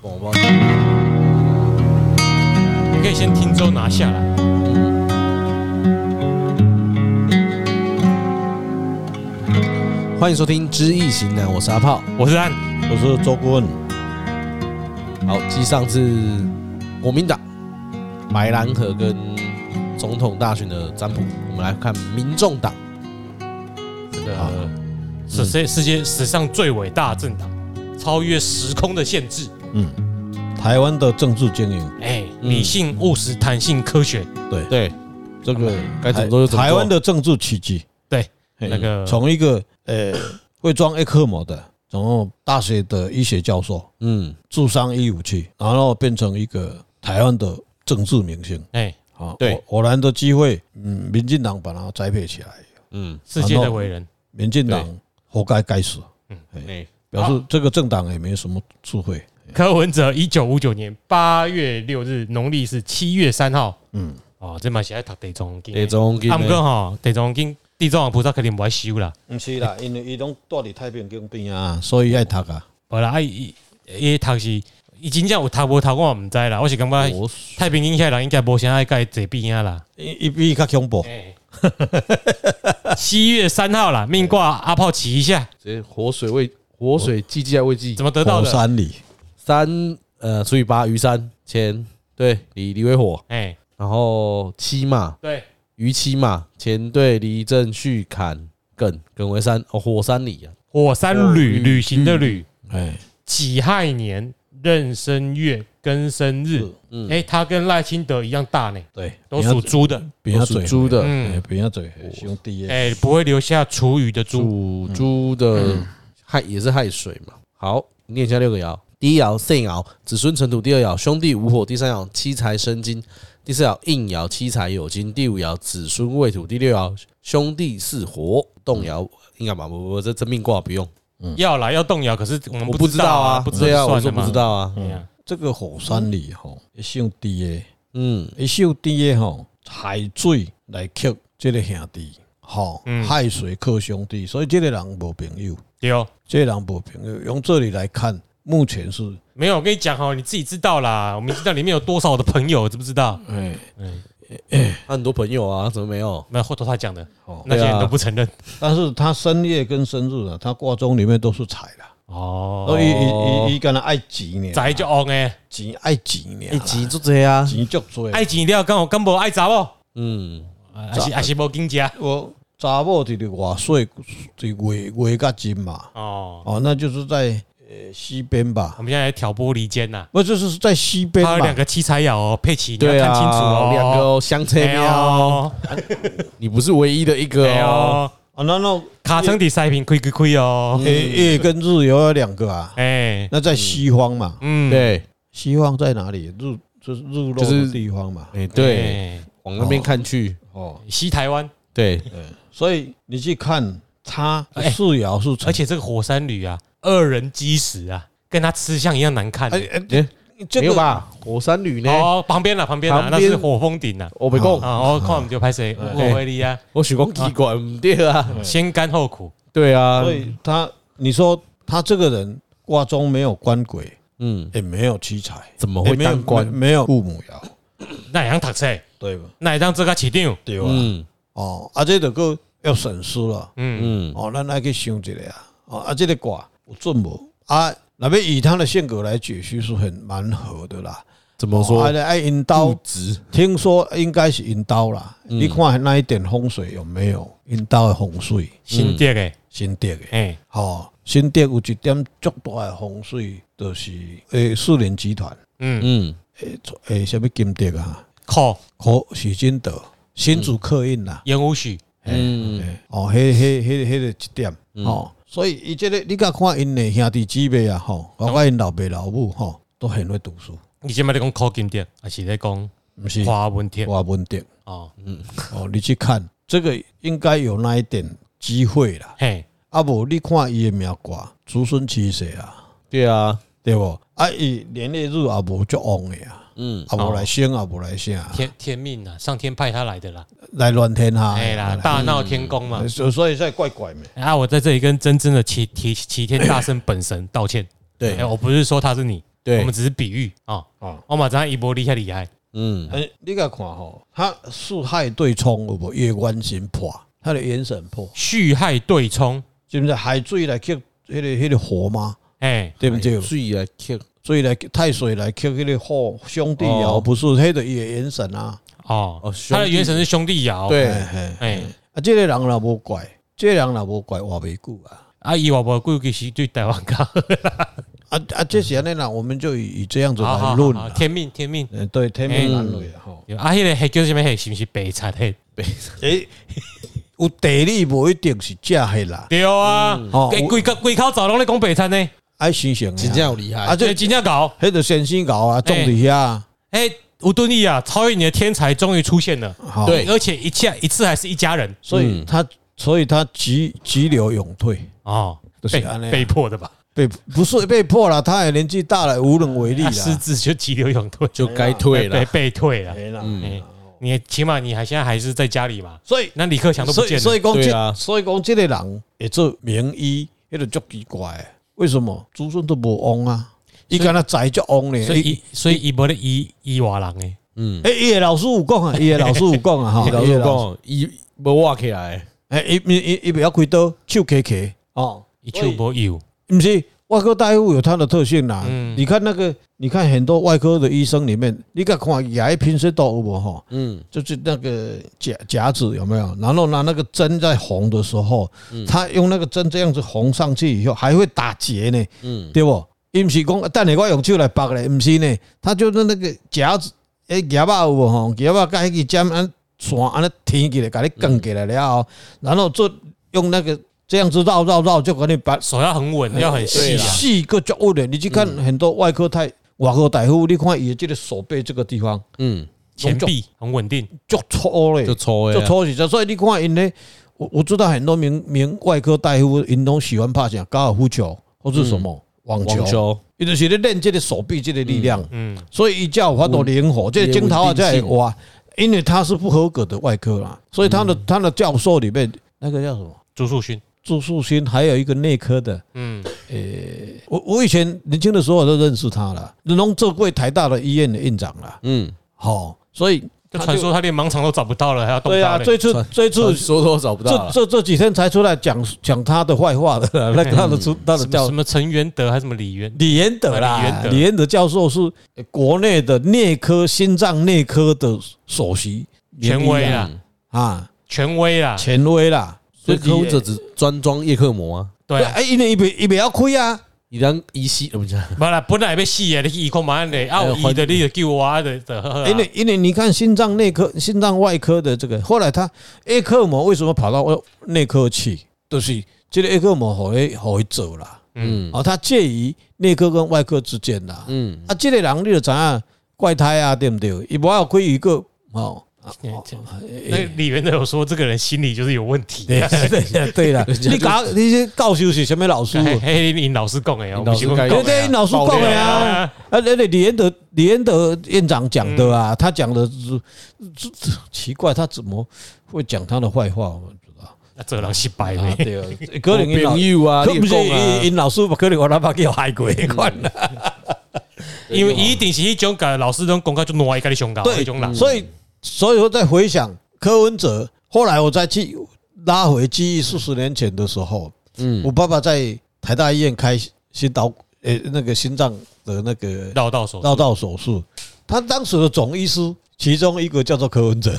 我忘记了你可以先听州拿下来。欢迎收听《知易行难》，我是阿炮。我是安，我是周顾问，好，继上次国民党白兰河跟总统大选的占卜，我们来看民众党。啊这个世世世界史上最伟大的政党，超越时空的限制。嗯，台湾的政治经营，哎，理性、务实、弹性、科学，对，对，这个该怎么做就怎么做嗯台湾的政治奇迹，对，嘿那个从一个呃会装 A 克膜的，然后大学的医学教授，嗯，智商一五七，然后变成一个台湾的政治明星哎，啊，对偶偶然的机会，嗯，民进党把他栽培起来，嗯，世界的伟人，民进对党活该该死，哎，表示这个政党也没什么智慧，柯文哲，一九五九年八月六日，农历是七月三号。嗯，哦，这嘛是爱读地藏经的。得中啊，毋过吼，地藏经，地藏王菩萨肯定无爱修啦。嗯不是啦， 因为伊拢住伫太平间边啊，所以爱读啊，无啦，啊伊伊读是，伊真正有读无读，我嘛毋知啦。我是感觉我太平洋遐人应该无啥爱甲伊坐边啊啦。伊伊比较恐怖，哎七月三号啦，命卦阿炮起一下，直接活水喂活水祭祭啊喂祭怎，么得到火的？山里。三呃除以八余三前对离离为火，哎，然后七嘛对，余七嘛前对离正序坎艮艮为山哦火山里啊，火山旅哦旅行的旅，哎，己亥年壬申月庚申日。嗯哎，他跟赖清德一样大呢，对，都属猪的。扁鸭属嘴，猪的，哎，嗯，扁鸭嘴兄弟耶，哎，不会留下厨余的猪。属猪的亥也是亥水嘛。好，念一下六个爻：第一爻肾爻，子孙成土；第二爻兄弟无火；第三爻七财生金；第四爻应爻七财有金；第五爻子孙未土；第六爻兄弟是火。动爻应该嘛？我我这真命卦不用，要来要动摇，可是我们嗯我不知道啊，不知对啊，道我说就算不了嘛知。道啊，哎呀这个火山里吼，兄弟耶，嗯，一兄弟耶吼，海水来吸这个兄弟，吼嗯，海水克兄弟，所以这个人无朋友，对哦，这个人无朋友。用这里来看，目前是没有，我跟你讲哦，你自己知道啦。我们知道里面有多少我的朋友，知不知道？哎，嗯他很多朋友啊，怎么没有？那后头他讲的哦，那些对人啊都不承认但是他生月跟生日啊，他卦中里面都是财啦，哦。所以伊伊伊敢若爱钱呢，宅就 on 哎，钱爱钱呢，一集就这样啊，钱足多。爱情一定要跟我跟我爱砸哦，嗯，啊还是还是无经济我查某伫咧外岁，伫月月甲金嘛，哦。哦，那就是在呃西边吧我，们现在来挑拨离间呐，不就是在西边他有两嘛？个七彩爻哦，佩奇你对要看啊，清楚哦，两个哦相车哎喵，呦，你不是唯一的一个哎哦，呦，啊，那那卡层底塞平亏亏亏嗯哦，月呃月跟日有有两个啊，哎，那在西方嘛，嗯，对，西方在哪里？日就是日落就是的地方嘛。哎对，对，往那边看去，哦，西台湾，对，所以你去看它哎四爻是成而，且这个火山旅啊，二人基石啊，跟他吃相一样难看。哎哎，哎这没有个吧？火山旅呢？哦，旁边啦，旁边啦，旁那边哦是火峰顶啦。我没讲，啊，我看我们就拍谁，我回你啊，我想讲奇怪，唔对啊，先甘后苦。对啊所，以他你说他这个人卦中没有官鬼，嗯，也没有七财，怎么也会没有当哎官？没有父母爻，那样读册，对吧？那当这个市长，对吧？嗯哦，啊，这个佫要审视了。嗯，嗯，哦，咱来去想一下啊，哦啊，这个卦有准无啊？那么以他的性格来解析是很蛮合的啦。怎么哦说啊，？哎，引固刀，执，嗯听说应该是引刀啦。你看那一点风水有没有引刀的风水？新店嗯诶，新店的，哎，哦，新店有一点足大的风水，就是诶，四联集团嗯，嗯，诶诶，什么金店啊，靠，可许金德、新竹客运啦。烟雾许，嗯，哦，迄、迄、迄、迄个一点，哦，所以伊即、个你甲看因的兄弟姊妹啊，吼，包括因老爸老母吼，都很会读书，你前面在讲靠金店，还啊是在讲毋是花文天？华文典哦，哦，你去看这个应该有那一点机会啦，嘿，啊无你看伊的命卦，子孙七世啊，对啊，对无啊，伊连累日也无足旺的啊，嗯，啊无来生啊无来啥，天天命啊，上天派他来的啦，来乱天啊下哎的啦，啦，大闹天宫嗯嘛。所所以才怪怪咩，啊，我在这里跟真正的齐齐齐天大圣本神道歉。对哎，我不是说他是你，我对哦们，只是比喻啊。啊。我马知道伊波厉害厉害，嗯，哎，你甲看吼，它树害对冲有无？月关神破，它的元神破，蓄害对冲，是不是海水来吸迄个迄个火嘛？哎，对不对？水来克，水来太水来吸迄个火，兄弟爻哦不是迄个伊的元神啊。哦哦，他兄的弟元神是兄弟爻，对嘿嘿哎，啊，这个人若无怪，这个人若无怪，活袂久啊。啊，伊话无估计是对台 湾较好啊啊，这些呢，我们就以以这样子好来好论好好啊。天命天命。嗯，对，天命难违啊吼。对啊，迄个迄叫什么？迄是毋是白贼？迄诶，有地理无一定是假的啦，对啊，哦规有规口规口早拢咧讲白贼呢，爱想想真的正啊。有厉啊，害，这这真正搞。迄个先生搞啊，种伫遐啊，哎，吴敦义啊，超越你的天才终于出现了，吼对而且一下一次还是一家人所以他，所以他急急流勇退，哦，就是被安尼啊被迫的吧？被不是被迫了，他也年纪大了，无能为力他啊了。失智就急流勇退，就该退了被。被退了。没啦，哎，你起码你还现在还是在家里嘛？所以那李克强都不所以见所了以讲对这，啊所以讲这个人会做名医，迄个足奇怪的。为什么子孙都无旺啊？伊敢若财足旺咧，所以伊所以伊无咧伊伊话人诶，嗯，诶，伊的老师有讲啊，伊的老师有讲啊，吼，哦老实，讲，伊无挖起来，诶，伊伊伊伊袂晓开刀，手开开哦，伊就无有毋是外科大夫有他的特性啦。嗯你看那个，你看很多外科的医生里面，你敢看牙平时都有无吼？嗯，就是那个夹夹子有没有？然后拿那个针在缝的时候，嗯他用那个针这样子缝上去以后，还会打结呢，嗯对不？伊毋是讲，等下我用手来拔嘞，毋是呢，他就是那个夹子，诶，夹把有无吼？夹把甲迄个针安线安尼天起来，甲你卷起来了后，嗯然后做用那个这样子绕绕绕，就给你把手要很稳，要很细对啦嗯啊。细个作物的。你去看很多外科太外科大夫，你看伊的这个手背这个地方，嗯，前臂很稳定，足粗嘞就，抽啊诶就，抽起来。所以你看因咧，我我知道很多名名外科大夫，因拢喜欢拍啥高尔夫球或是什么网嗯网球，球，伊就是咧练这个手臂这个力量，嗯，所以伊才有法度灵嗯活。这个镜头啊，才会哇，因为他是不合格的外科嗯啦，所以他的他的教授里面那个叫什么？朱树勋，朱树新，还有一个内科的，嗯，我我以前年轻的时候我都认识他了，龙做过台大的医院的院长了，嗯，好，所以就传说他连盲肠都找不到了，还要动对刀啊，嘞这次传这次说都找不到啊这了，这这几天才出来讲讲他的坏话的 啦，那个他的出他嗯的什么教什么陈元德还是什么李元，李延德啊李延啦德，李延德教授是国内的内科心脏内科的首席权威啊，啊权威啦，权威啦，所以所以科伊务者只专装叶克膜啊，对对，啊，哎，因为伊袂伊袂晓开啊，伊当医西，呃不是，不啦，本来要死的，你去医看嘛嘞，啊，有医的你就救我啊的的，呵呵啊因为因为你看心脏内科、心脏外科的这个，后来他 A 克膜为什么跑到外内科去？就是这个 A 克膜好会好会走啦，嗯，嗯哦，他介于内科跟外科之间啦。嗯，啊，这个人你就知影怪胎啊，对不对？伊无有开一个哦，啊哦那个李元德有说这个人心理就是有问题，啊对对 对啦，你搞你这教授是什么老 师？嘿嘿，你老师讲的哦，老师不是我讲的对对，老师讲的啊。啊，啊，那个李彦德李彦德院长讲的啊，他讲的是是是奇怪，他怎么会讲他的坏话？我不知道。那这人失败啊，没？对啊，可能因老朋，友啊，可你不是也讲啊因因老师，可能我老爸给我害过一款啦。因为一定是一种个老师种公告就挪一个你胸高，那种人，所以所以说再回想柯文哲，后来我再去拉回记忆四十年前的时候，嗯我爸爸在台大医院开心导呃那个心脏的那个绕到手，绕道手术，他当时的总医师其中一个叫做柯文哲，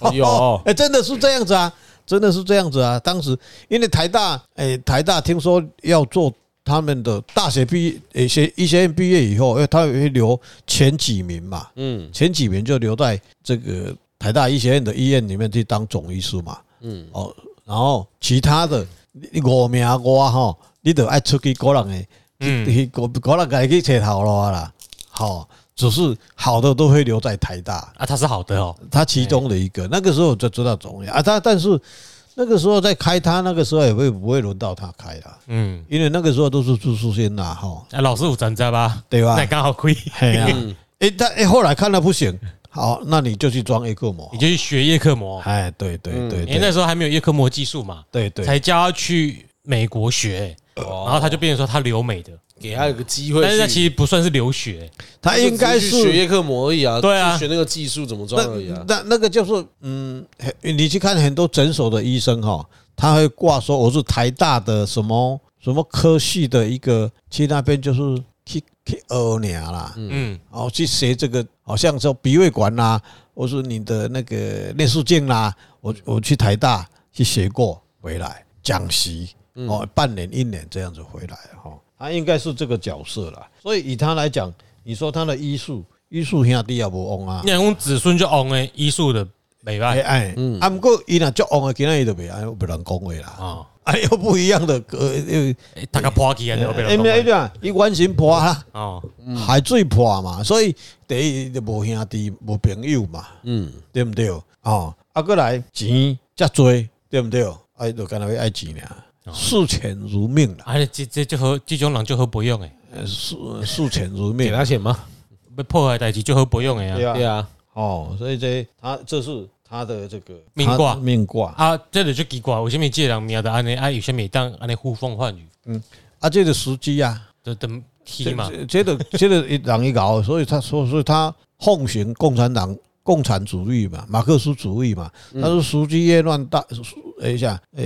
哎呦哦，哎，真的是这样子啊，真的是这样子啊。当时因为台大，哎，台大听说要做他们的大学毕业，哎，学医学院毕业以后，哎，他会留前几名嘛，嗯前几名就留在这个台大医学院的医院里面去当总医师嘛。嗯，哦，然后其他的你你五名我吼，你得爱出去个人诶，嗯，去个个人家己找头路啊啦。好，只是好的都会留在台大。啊，他是好的哦，他其中的一个。那个时候我就知道总理啊，他但是那个时候在开他，那个时候也会不会轮到他开啦，嗯，因为那个时候都是朱树先啦，哈，啊，老师有站在吧？对吧那？刚好亏，嘿啊，哎，他哎后来看他不行，好，那你就去装 A 克膜你，就去学叶克哦膜，哎，对对对因为那嗯对时候还没有叶克膜技术嘛，对对，哦才叫他去美国学，然后他就变成说他留美的，给他一个机会去，但是那其实不算是留学，他就应该只去学是业课模而已啊，对啊去学那个技术怎么装那而已啊。那那个就是嗯，很你去看很多诊所的医生哈，他会挂说我是台大的什么什么科系的一个，去那边就是去去欧年啦，嗯，哦，去学这个，好像说鼻胃管啦，或是你的那个内视镜啦，啊我我去台大去学过，回来讲习哦，半年一年这样子回来哈、哦，他应该是这个角色啦。所以以他来讲，你说他的医术，医术兄弟也无旺啊你。讲子孙就昂诶，医术的美哎拜哎，啊，不过伊若足旺的，今仔伊就袂哎安袂人讲话啦。啊，啊，又不一样的歌，大家破起啊，就被哎，人咩讲啊？伊完全破啦，哦，海水破嘛，所以第一就无兄弟，无朋友嘛，嗯，对毋对？哦，啊，过来钱遮多，对毋对？哎，就干那要爱钱哦俩，视钱如命啦，啊，这这就好，这种人就好不用诶，呃视视钱如给命啦，他钱吗？被破坏代志就好不用诶啊对。对啊，啊，哦，所以这他这是他的这个命卦他命卦啊，这个就奇怪，为什么这人命的安尼啊，有些每当安尼呼风唤雨，啊，这个时机啊，就等踢嘛，这这个这个一人一搞，所以他说，所以他奉行共产党、共产主义嘛，马克思主义嘛。嗯他说时机越乱大，哎一下，呃，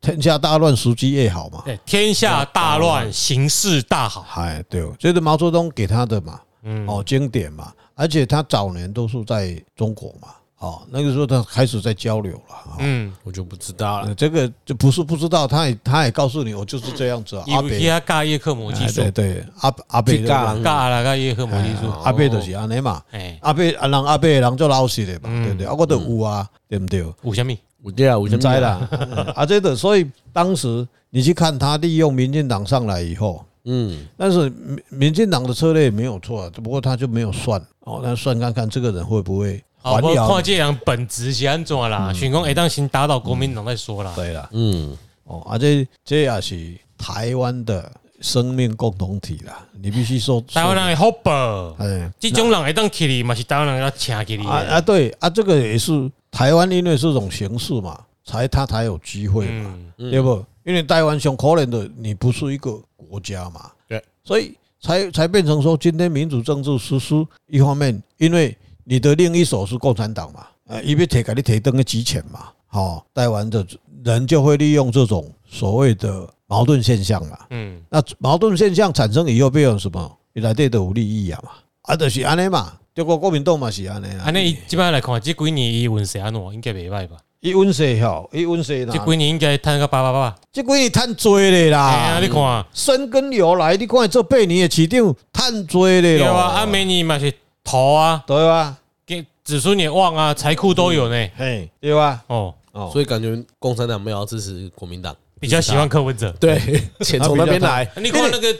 天下大乱，时机越好嘛。对，天下大哦乱，形势大好，哎，对哦，这是毛泽东给他的嘛，嗯，哦，经典嘛。而且他早年都是在中国嘛，哦，那个时候他开始在交流了。哦嗯，我就不知道了。呃这个就不是不知道，他也他也告诉你，我就是这样子啊。阿有北其，他教叶克魔技哎术对，对，阿阿北哎去教人教阿拉教叶克魔技术，阿北就是安尼嘛。哎，阿伯啊，人阿伯的人做老实的嘛，嗯对不对？啊，我都有啊，对不对？有什么？我对啊，我唔先知啦， 嗯啊，这个所以当时你去看他利用民进党上来以后，嗯，但是民民进党的策略也没有错啊，只不过他就没有算哦，那算看看这个人会不会好，还哦我了嗯看。这人本质是安怎啦？想讲会当先打倒国民党再说啦。对啦，嗯，哦，啊，这这也是台湾的生命共同体啦，你必须说嗯台湾人，会好报，哎，这种人会当起你嘛是台湾人要请起你的。啊啊，对啊，这个也是台湾因为这种形式嘛，才他才有机会嘛。嗯，对不？因为台湾上可怜的，你不是一个国家嘛，对，所以才才变成说，今天民主政治实施一方面，因为你的另一手是共产党嘛，呃，一边铁给你铁灯的集权嘛，好，台湾的人就会利用这种所谓的矛盾现象嘛，嗯，那矛盾现象产生以后，变成什么？你来对的有利益啊嘛，啊，就是安尼嘛，中国国民党嘛是安尼啊，安尼伊即摆来看，即几年伊运势安怎，应该袂歹吧？伊温水吼，伊温水即啦，几年应该趁个八八八。这几年趁多咧啦，哎呀，你看，生根由来，你看这八年的市场趁多咧对咯，啊，啊明年嘛是头啊，对吧？给子孙也旺啊，财库都有呢。嘿，对吧？哦，哦，所以感觉共产党没有要支持国民党，比较喜欢柯文哲。 对，钱从那边 来，你看那个，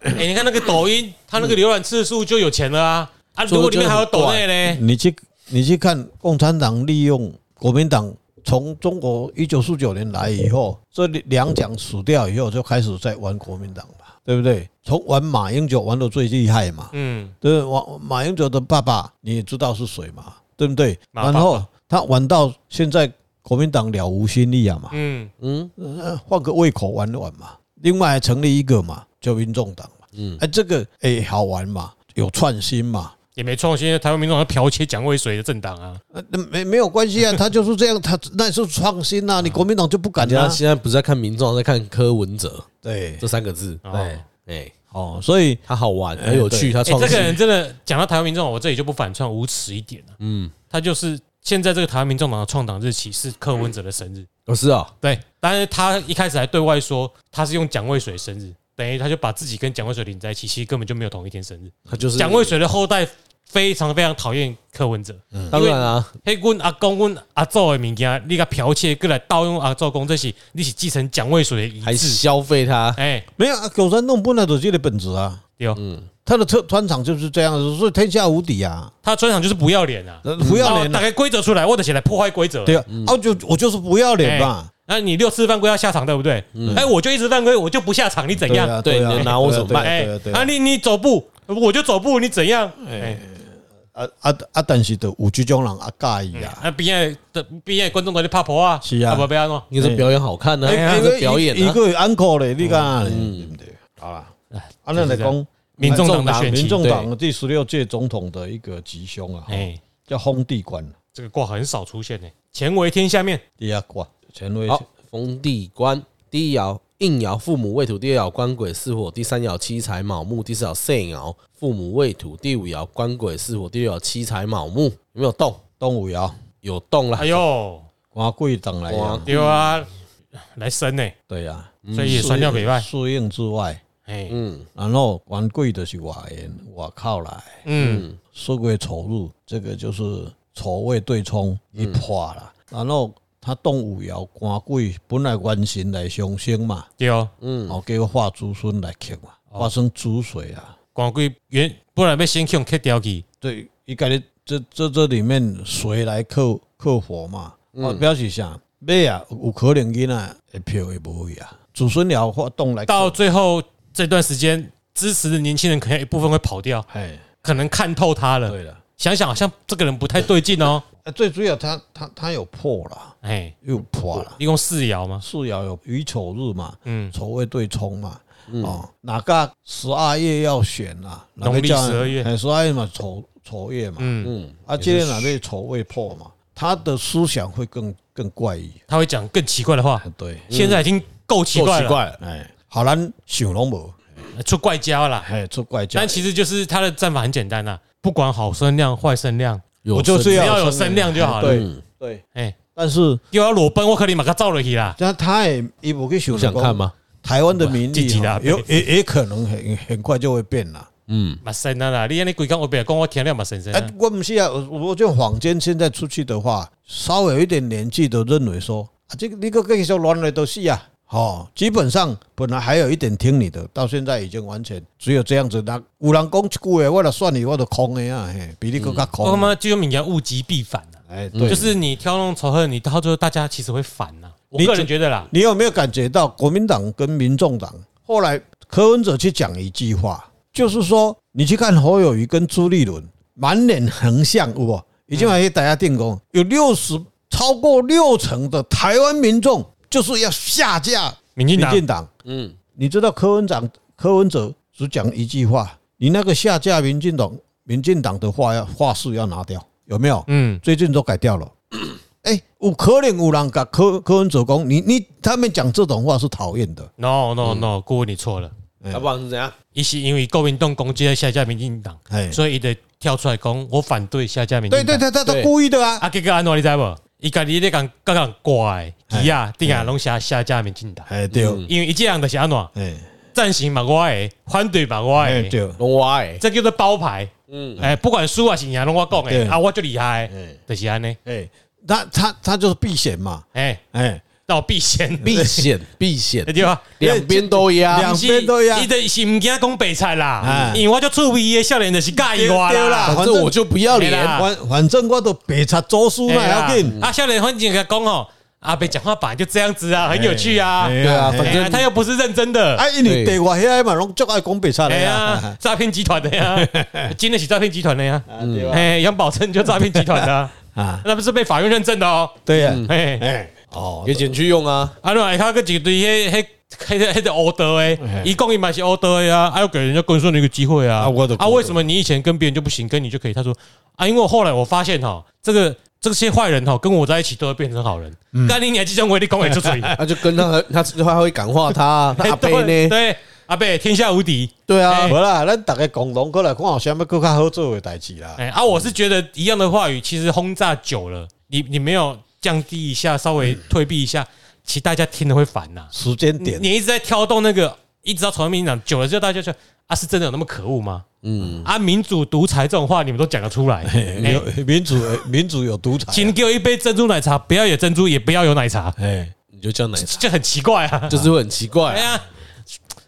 哎，你看那个抖音，他那个浏览次数就有钱了啊。啊，如果里面还有抖内呢？你去你去看共产党利用国民党从中国一九四九年来以后，这两蒋死掉以后就开始在玩国民党嘛，对不对？从玩马英九玩的最厉害嘛，嗯，对，马马英九的爸爸你也知道是谁嘛，对不对？马爸然爸后他玩到现在，国民党了无新意啊嘛，嗯，嗯，呃换个胃口玩玩嘛。另外还成立一个嘛，叫民众党嘛，嗯嗯，哎，这个哎、好玩嘛，有创新嘛，也没创新，台湾民众要剽窃蒋渭水的政党啊。呃，那没没有关系啊， 他就是这样，他那是创新啊呐、你国民党就不敢感觉他啊，现啊在不是在看民众，在看柯文哲对这，三个字，哦对，哎，哦，所以他好玩，哎很有趣，他哎，创这个人新，真的讲到台湾民众，我这里就不反串，无耻一点了。嗯，他就是现在这个台湾民众党的创党日期是柯文哲的生日，我是哦，对，但是他一开始还对外说他是用蒋渭水生日，等于他就把自己跟蒋渭水连在一起，其实根本就没有同一天生日。他就是蒋渭水的后代非常非常讨厌柯文哲，当然啊，嘿，阮阿公、阮阿祖的物件，你甲剽窃过来盗用阿祖讲这是你是继承蒋渭水的还遗志，消费他，哎、没有啊，九三弄本来就是这个本质啊，对哦，他的特专场就是这样，所以天下无敌啊，他的专场就是不要脸啊，呃不要脸打嗯啊，开规则出来，我得起来破坏规则，哎对啊，啊就我就是不要脸嘛，那你六次犯规要下场，对不对？哎，我就一直犯规，我就不下场，哎你怎嗯对样？啊，对对啊对你啊，拿我怎么办对哎啊，对，啊啊，对啊，你你走步，我就走步，你怎样？哎，啊啊啊，但是的有这种人啊介意哎啊，啊，边的边的观众都在拍婆啊，是啊不不要弄。你这表演好看呢，啊哎你这表演一呢，个 uncle 嘞，你看，对不对？好啦，啊，那来讲，民众党的选民情，众党第十六届总统的一个吉凶啊，哎，叫封地官，这个卦很少出现呢。乾为天下面，第二卦乾为好，逢地官，第一爻应爻父母未土，第二爻官鬼巳火，第三爻七财卯木，第四爻肾爻父母未土，第五爻官鬼巳火，第六爻七财卯木，有没有动？东五爻，有动啦哎，呦，官贵等来官呀，对啊，来生呢，对呀，所以也算掉北拜。适应之外，哎，嗯，然后官贵的是外缘，外靠来，嗯，四月丑日，这个就是丑未对冲一破啦，然后。他动五爻，官贵本来元神来上升嘛，对哦，哦，给我化子孙来克嘛，化成主水啊，光贵原不然被先用克掉去，对，伊家己这这这里面谁来克克火嘛？我、表示啥？买啊，有可能囡仔会票会无去啊，子孙了活动来克到最后这段时间支持的年轻人可能有一部分会跑掉，哎，可能看透他了，对了，想想好像这个人不太对劲哦。啊最主要他他他有破啦，哎，又破啦，一共四爻嘛，四爻有乙丑日嘛，嗯，丑未对冲嘛。哦，哪个十二月要选啊？哪个农历叫12月哎，十二月嘛，丑丑月嘛，嗯，啊，今天哪位丑未破嘛？他的思想会更更怪异，他会讲更奇怪的话，对，现在已经嗯够奇怪了，怪，哎，好难想拢无，出怪家啦。哎，出怪叫但，其实就是他的战法很简单啦，不管好声量、坏声量，有我就是只生要要有声量就好了。对对，哎，嗯但是又要裸奔，我可能把他照了去啦。但他也一不去想你想看？吗？台湾的民自己意的啊哈有也也可能很很快就会变了。嗯，嘛神啊啦，你安尼鬼讲我别讲我听了嘛神神啊。哎，我不是啊，我我就坊间现在出去的话，稍微有一点年纪都认为说啊，这个你个继续乱来都是啊。哦，基本上本来还有一点听你的，到现在已经完全只有这样子。那有人讲一句话，我来算你，我都空的啊，嘿，比你更加嗯空我他啊。妈就用民言物极必反啊，哎，对就，是你挑弄仇恨，你到最后大家其实会反呐、我你个这人觉得啦，你有没有感觉到国民党跟民众党后来柯文哲去讲一句话，就是说你去看侯友谊跟朱立伦满脸横向，有不？已经把大家电工有六十超过六成的台湾民众就是要下架民进民党进党。嗯，你知道柯文长柯文哲只讲一句话，你那个下架民进党民进党的话要话术要拿掉，有没有？嗯，最近都改掉了。哎、有可能有人甲柯柯文哲讲，你你他们讲这种话是讨厌的。 ，no no no，顾问你错了，要不然是怎样？一是因为国民党攻击了下架民进党，哎，所以伊得跳出来讲我反对下架民进对党。对对，他他对故意的啊。啊，结果安怎你知无？伊家己咧讲刚刚怪，伊啊，定啊拢下下架民进党，哎对，因为伊这样就是安怎哎赞成嘛我的，反对嘛我哎的，对，龙蛙哎，这叫做包牌。嗯，哎，不管输啊是赢，拢我讲对的，啊我就厉害的，哎就是安尼。哎，他他他就是避嫌嘛。哎，哎，那我避嫌，避险 避险对，吧？啊两边都压，两边都一样伊就是毋惊讲白菜啦哎，因为我就趣味的少年就是介意我对啦对啦。反正我就不要对脸。啦反反正我都白擦做书嘿那啦要紧。啊，少年反正甲讲哦，阿伯讲话本来就这样子啊，很有趣啊。哎对啊哎反哎正呀，他又不是认真的。啊，因为地外遐嘛，拢足爱讲白擦的哎呀呀。，诈骗集团的呀，真的是诈骗集团的呀。 啊对吧？哎，杨宝成就诈骗集团的啊，啊，那不是被法院认证的哦。对呀。哎，哎，哦给，捡去用啊，啊，另外还有一堆迄迄迄迄个黑道的，一共伊嘛是黑道的啊，还要给人家更顺的一个机会啊。啊我就啊，为什么你以前跟别人就不行，跟你就可以？他说啊，因为我后来我发现哈，这个这些坏人哈，跟我在一起都会变成好人。但你你还记得我的公也就嘴，那就跟他 他他会感化他啊，他 嗯嘿阿贝哎对呢？对，阿贝天下无敌。对啊哎，无啦，咱大家共同过来看有啥物更较好做的代志啦。哎啊，我是觉得一样的话语，其实轰炸久了，你你没有降低一下，稍微退避一下，其实大家听了会烦呐、时间你点，你一直在挑动那个，一直到从民进党久了之后，大家就啊，是真的有那么可恶吗？嗯，啊，民主独裁这种话你们都讲得出来，有 哎民主民主有独裁啊。请给我一杯珍珠奶茶，不要有珍珠，也不要有奶茶，哎，你就叫奶茶，这很奇怪啊！就是会很奇怪哎啊。呀，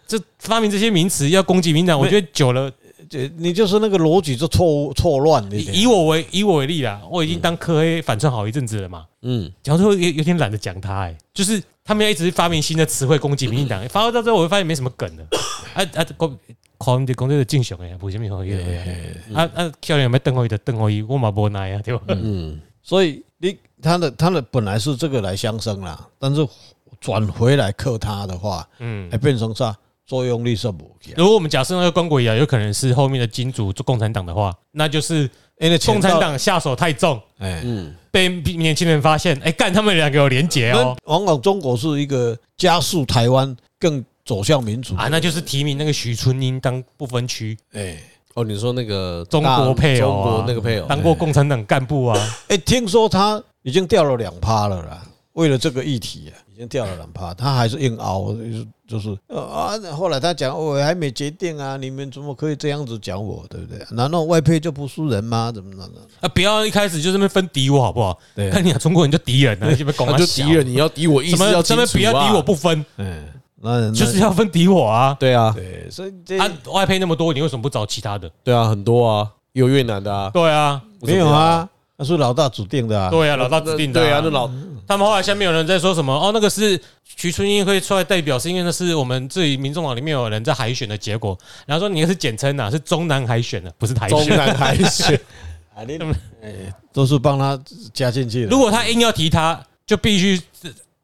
这发明这些名词要攻击民进党，我觉得久了，这你就是那个逻辑就错误错乱一以以点。我为以我为例啦，我已经当科黑反串好一阵子了嘛，嗯，讲到最后有有点懒得讲他，哎，就是他们要一直发明新的词汇攻击民进党，欸发到最后我会发现没什么梗了。 啊啊，讲讲的讲这个敬雄哎，不什么好意啊啊，教练有没有瞪我伊的瞪我伊，我嘛无奈啊，对吧？所以你他的他的本来是这个来相生啦，但是转回来克他的话，嗯哎，变成啥？作用力煞无去啊，如果我们假设那个关国啊也有可能是后面的金主共产党的话，那就是因为共钱产到党下手太重，哎，嗯，被年轻人发现，哎，干他们两个有连结哦那，往往中国是一个加速台湾更走向民主啊，那就是提名那个许春英当不分区，哎哦，你说那个中国配偶中啊国那个配偶，当过共产党干部啊，哎，听说他已经掉了两趴了啦，为了这个议题啊，已经掉了两趴，他还是硬熬，就是就是呃啊。后来他讲我还没决定啊，你们怎么可以这样子讲我，对不对？难道外配就不是人吗？怎么怎么？啊，不要一开始就这么分敌我好不好？对看你啊，中国人就敌人啊，你这边拱那就敌人，你要敌我意什思么要什清么楚不要啊敌我不分，嗯，那哎就是要分敌我啊。对啊，对，所以这啊，外配那么多，你为什么不找其他的？对啊，很多啊，有越南的啊，对啊，为什么没有啊，那是老大指定的啊。对啊，老大指定的。对啊，那老他们后来下面有人在说什么？哦，那个是徐春英会出来代表，是因为那是我们自己民众党里面有人在海选的结果。然后说你那是简称啊，是中南海选的，不是台中选。南海选，啊，你哎都是帮他加进去的。如果他硬要提他，就必须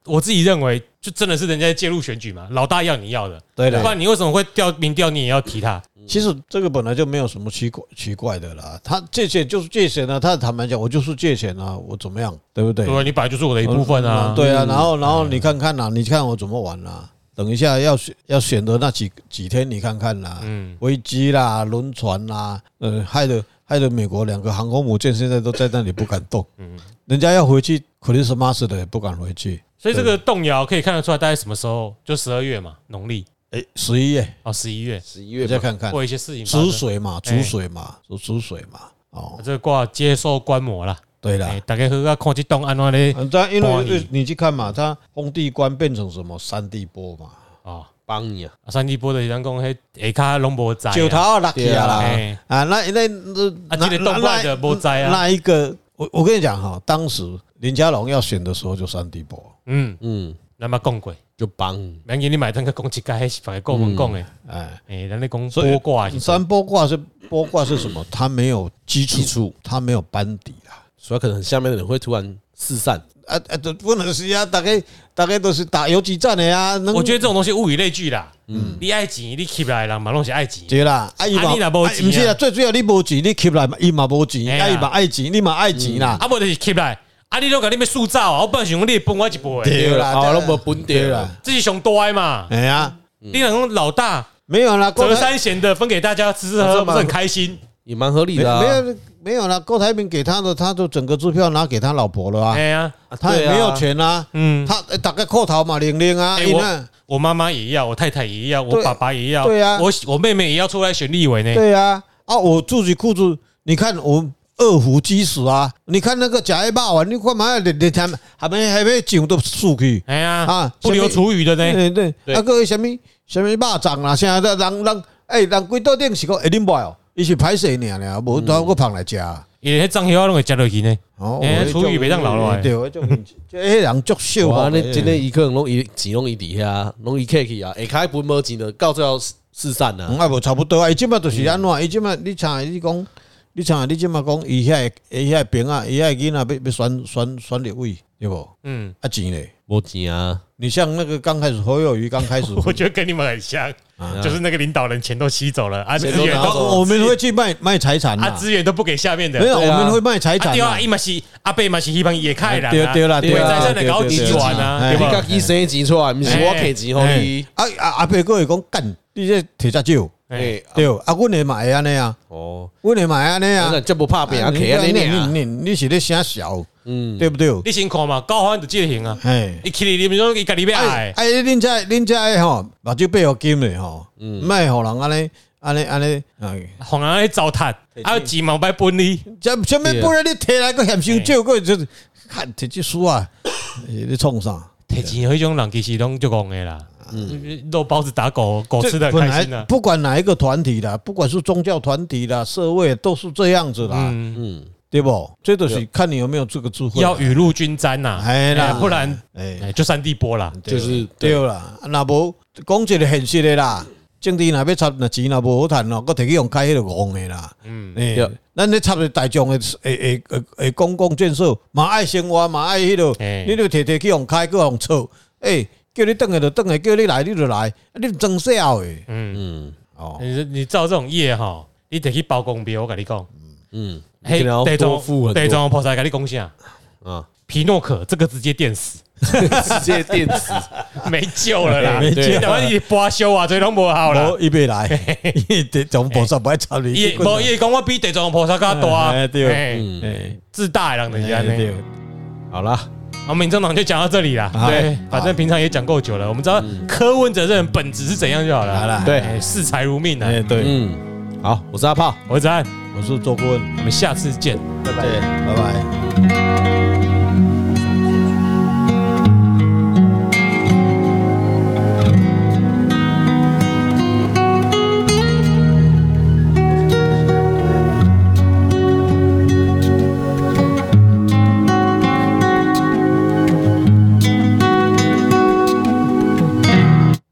我自己认为，就真的是人家介入选举嘛，老大要你要的，对不的，然你为什么会调民调，你也要提他？其实这个本来就没有什么奇怪奇怪的啦。他借钱就是借钱啊，他坦白讲，我就是借钱啊，我怎么样，对不对？对吧？你啊本来就是我的一部分啊。对啊，然后然后你看看啦、你看我怎么玩啦、等一下要选要选的那几几天，你看看啦、嗯，危机啦，轮船啦，呃，害得害得美国两个航空母舰现在都在那里不敢动，嗯人家要回去 Christmas 的也不敢回去，所以这个动摇可以看得出来，大概什么时候？就十二月嘛，农历哎，十一月哦， 十一月十一大月家吧看看会，有一些事情发生。啊止水嘛，哎止水嘛，止水嘛，哦，这个挂接受观摩啦。对啦哎，，大家好啊，看这动安怎咧？嗯，但因欢为迎你去看嘛，它红地关变成什么山地坡嘛，哦，帮你啊，啊三地波的人讲，迄下骹拢无在啊。九头啊，落去啊啦哎，啊，那那那啊这个动乱就没灾啊那一个，我我跟你讲哈，当时林佳龙要选的时候就山地坡，嗯，嗯，咱嘛讲过，就帮明年你买单个讲一家，迄是别个国文讲的。哎，哎，咱咧讲所以波卦是山坡卦是坡卦是什么？它没有基基础，础，它没有班底啦。所以可能下面的人会突然四散，啊啊，都不能是啊，大概大概都是打游击战的呀、啊。能我觉得这种东西物以类聚啦。嗯，你爱钱，你起不来人嘛，拢是爱钱。对啦，啊伊嘛，啊你若无啊钱啊不是啊，最主要你无钱，你吸来嘛，伊嘛无哎钱，呀啊伊嘛爱钱，你嘛爱钱啦。啊，无就是起不来。啊，你都甲你要塑造啊，我本来想讲你会分我一杯，对啦，啊，对那啦么本地对啦了，这是上大的嘛。哎呀，你讲讲老大没有啦，郭折台三弦的分给大家吃吃喝喝，不是很开心？也蛮合理没的没啊，有没有啦，郭台铭给他的，他就整个支票拿给他老婆了啊哎，呀，啊他也对啊没有钱啊，嗯，他呃大概扣头嘛，零零啊，哎因我为我妈妈也要，我太太也要，我对爸爸也要，对啊我我妹妹也要出来选立委呢。对啊，啊，我自己裤子，你看我二虎鸡死啊，你看那个假一霸王，你干嘛要连连他们还没还没酒都输去？哎呀，啊不留什么厨余的呢。对对，对啊，各位什么什么肉粽啦，啥的，人人哎，人规桌顶是讲会啉袂哦，伊是歹势尔尔，无倒个捧来食。也迄脏虾拢会食落去呢。哦哎厨余不能留下来对，种迄人足秀哇，啊，那真今的，天一个人拢一钱拢一底下，拢一 K 去啊，下开本无钱的，到最后四散啊，啊无差不多啊，伊即马就是安怎，伊即马你像你讲，你像你即马讲，伊遐个伊遐兵啊，伊遐囡仔要要选选选立委，对无？嗯，，啊钱嘞，无钱啊，你像那个刚开始侯友谊刚开始我觉得跟你们很像，就是那个领导人钱都吸走了，啊，资钱都源拿走都我我们会去卖卖财产啊啦，资源都不给下面的。没有，对啊我们会卖财啊产对啊，啦，伊嘛是阿贝嘛是希望也开啦，对啊对啦对我啦在这里搞对几对对万啊，对对你对家吧？己生钱出来，毋是哎我摕钱互伊，啊啊阿伯哥会讲干，你这摕遮少，哎，哎，对，啊阮会嘛会安尼啊，哦，阮会嘛会安尼啊那，这不怕被人你家安尼你啊，你你是咧啥小，嗯，对不对？你先看嘛，高欢就这个型啊，哎。伊起你们说伊家里边哎矮，哎，恁遮恁遮诶吼，目睭白互金诶吼，嗯卖互人安尼安尼安尼，哎，红人来糟蹋，啊还有几毛白分你。这什么啊不然你摕来个嫌哎伤少，个就是看摕即书啊，哎你创啥？提钱迄种人其实拢就戆的啦，肉包子打狗，狗吃的本开来心啊。不管哪一个团体啦，不管是宗教团体啦、社会都是这样子啦，嗯，对不？这就是看你有没有这个智慧啦。要雨露均沾呐，哎啦哎不然哎，哎就三地波啦。就是对啦，若无讲一个现实的啦。政治若要插，若钱若无好趁咯，佮摕去用开迄个戆的啦。嗯，哎对，咱咧插入大众的诶诶诶诶公共建设，嘛爱生活，嘛爱迄落，嘿你就摕摕去用开，佮用错，诶，叫你等下就等下，叫你来你就来，啊你装笑的嗯，嗯哦。你你照这种业哈，你得去包公庙，我跟你讲，嗯，嘿你可能要地多藏付很地多藏王菩萨跟你讲啥？啊，皮诺可这个直接电死，直接电 死，哎没救了啦！没救了你台湾一罢休啊，这拢无效啦无。伊袂来，伊地藏菩萨不爱插你。伊无伊讲我比地藏王菩萨较大，哎对嘿嗯，哎，自大的人就是安尼。好啦，好，民众党就讲到这里啦。好对，反正好平常也讲够久了，我们知道柯文哲这人本质是怎样就好好了。啦，对，哎，视财如命啊！哎对，嗯，好，我是阿炮。我是子安，我是周顾问，我们下次见。对，拜拜。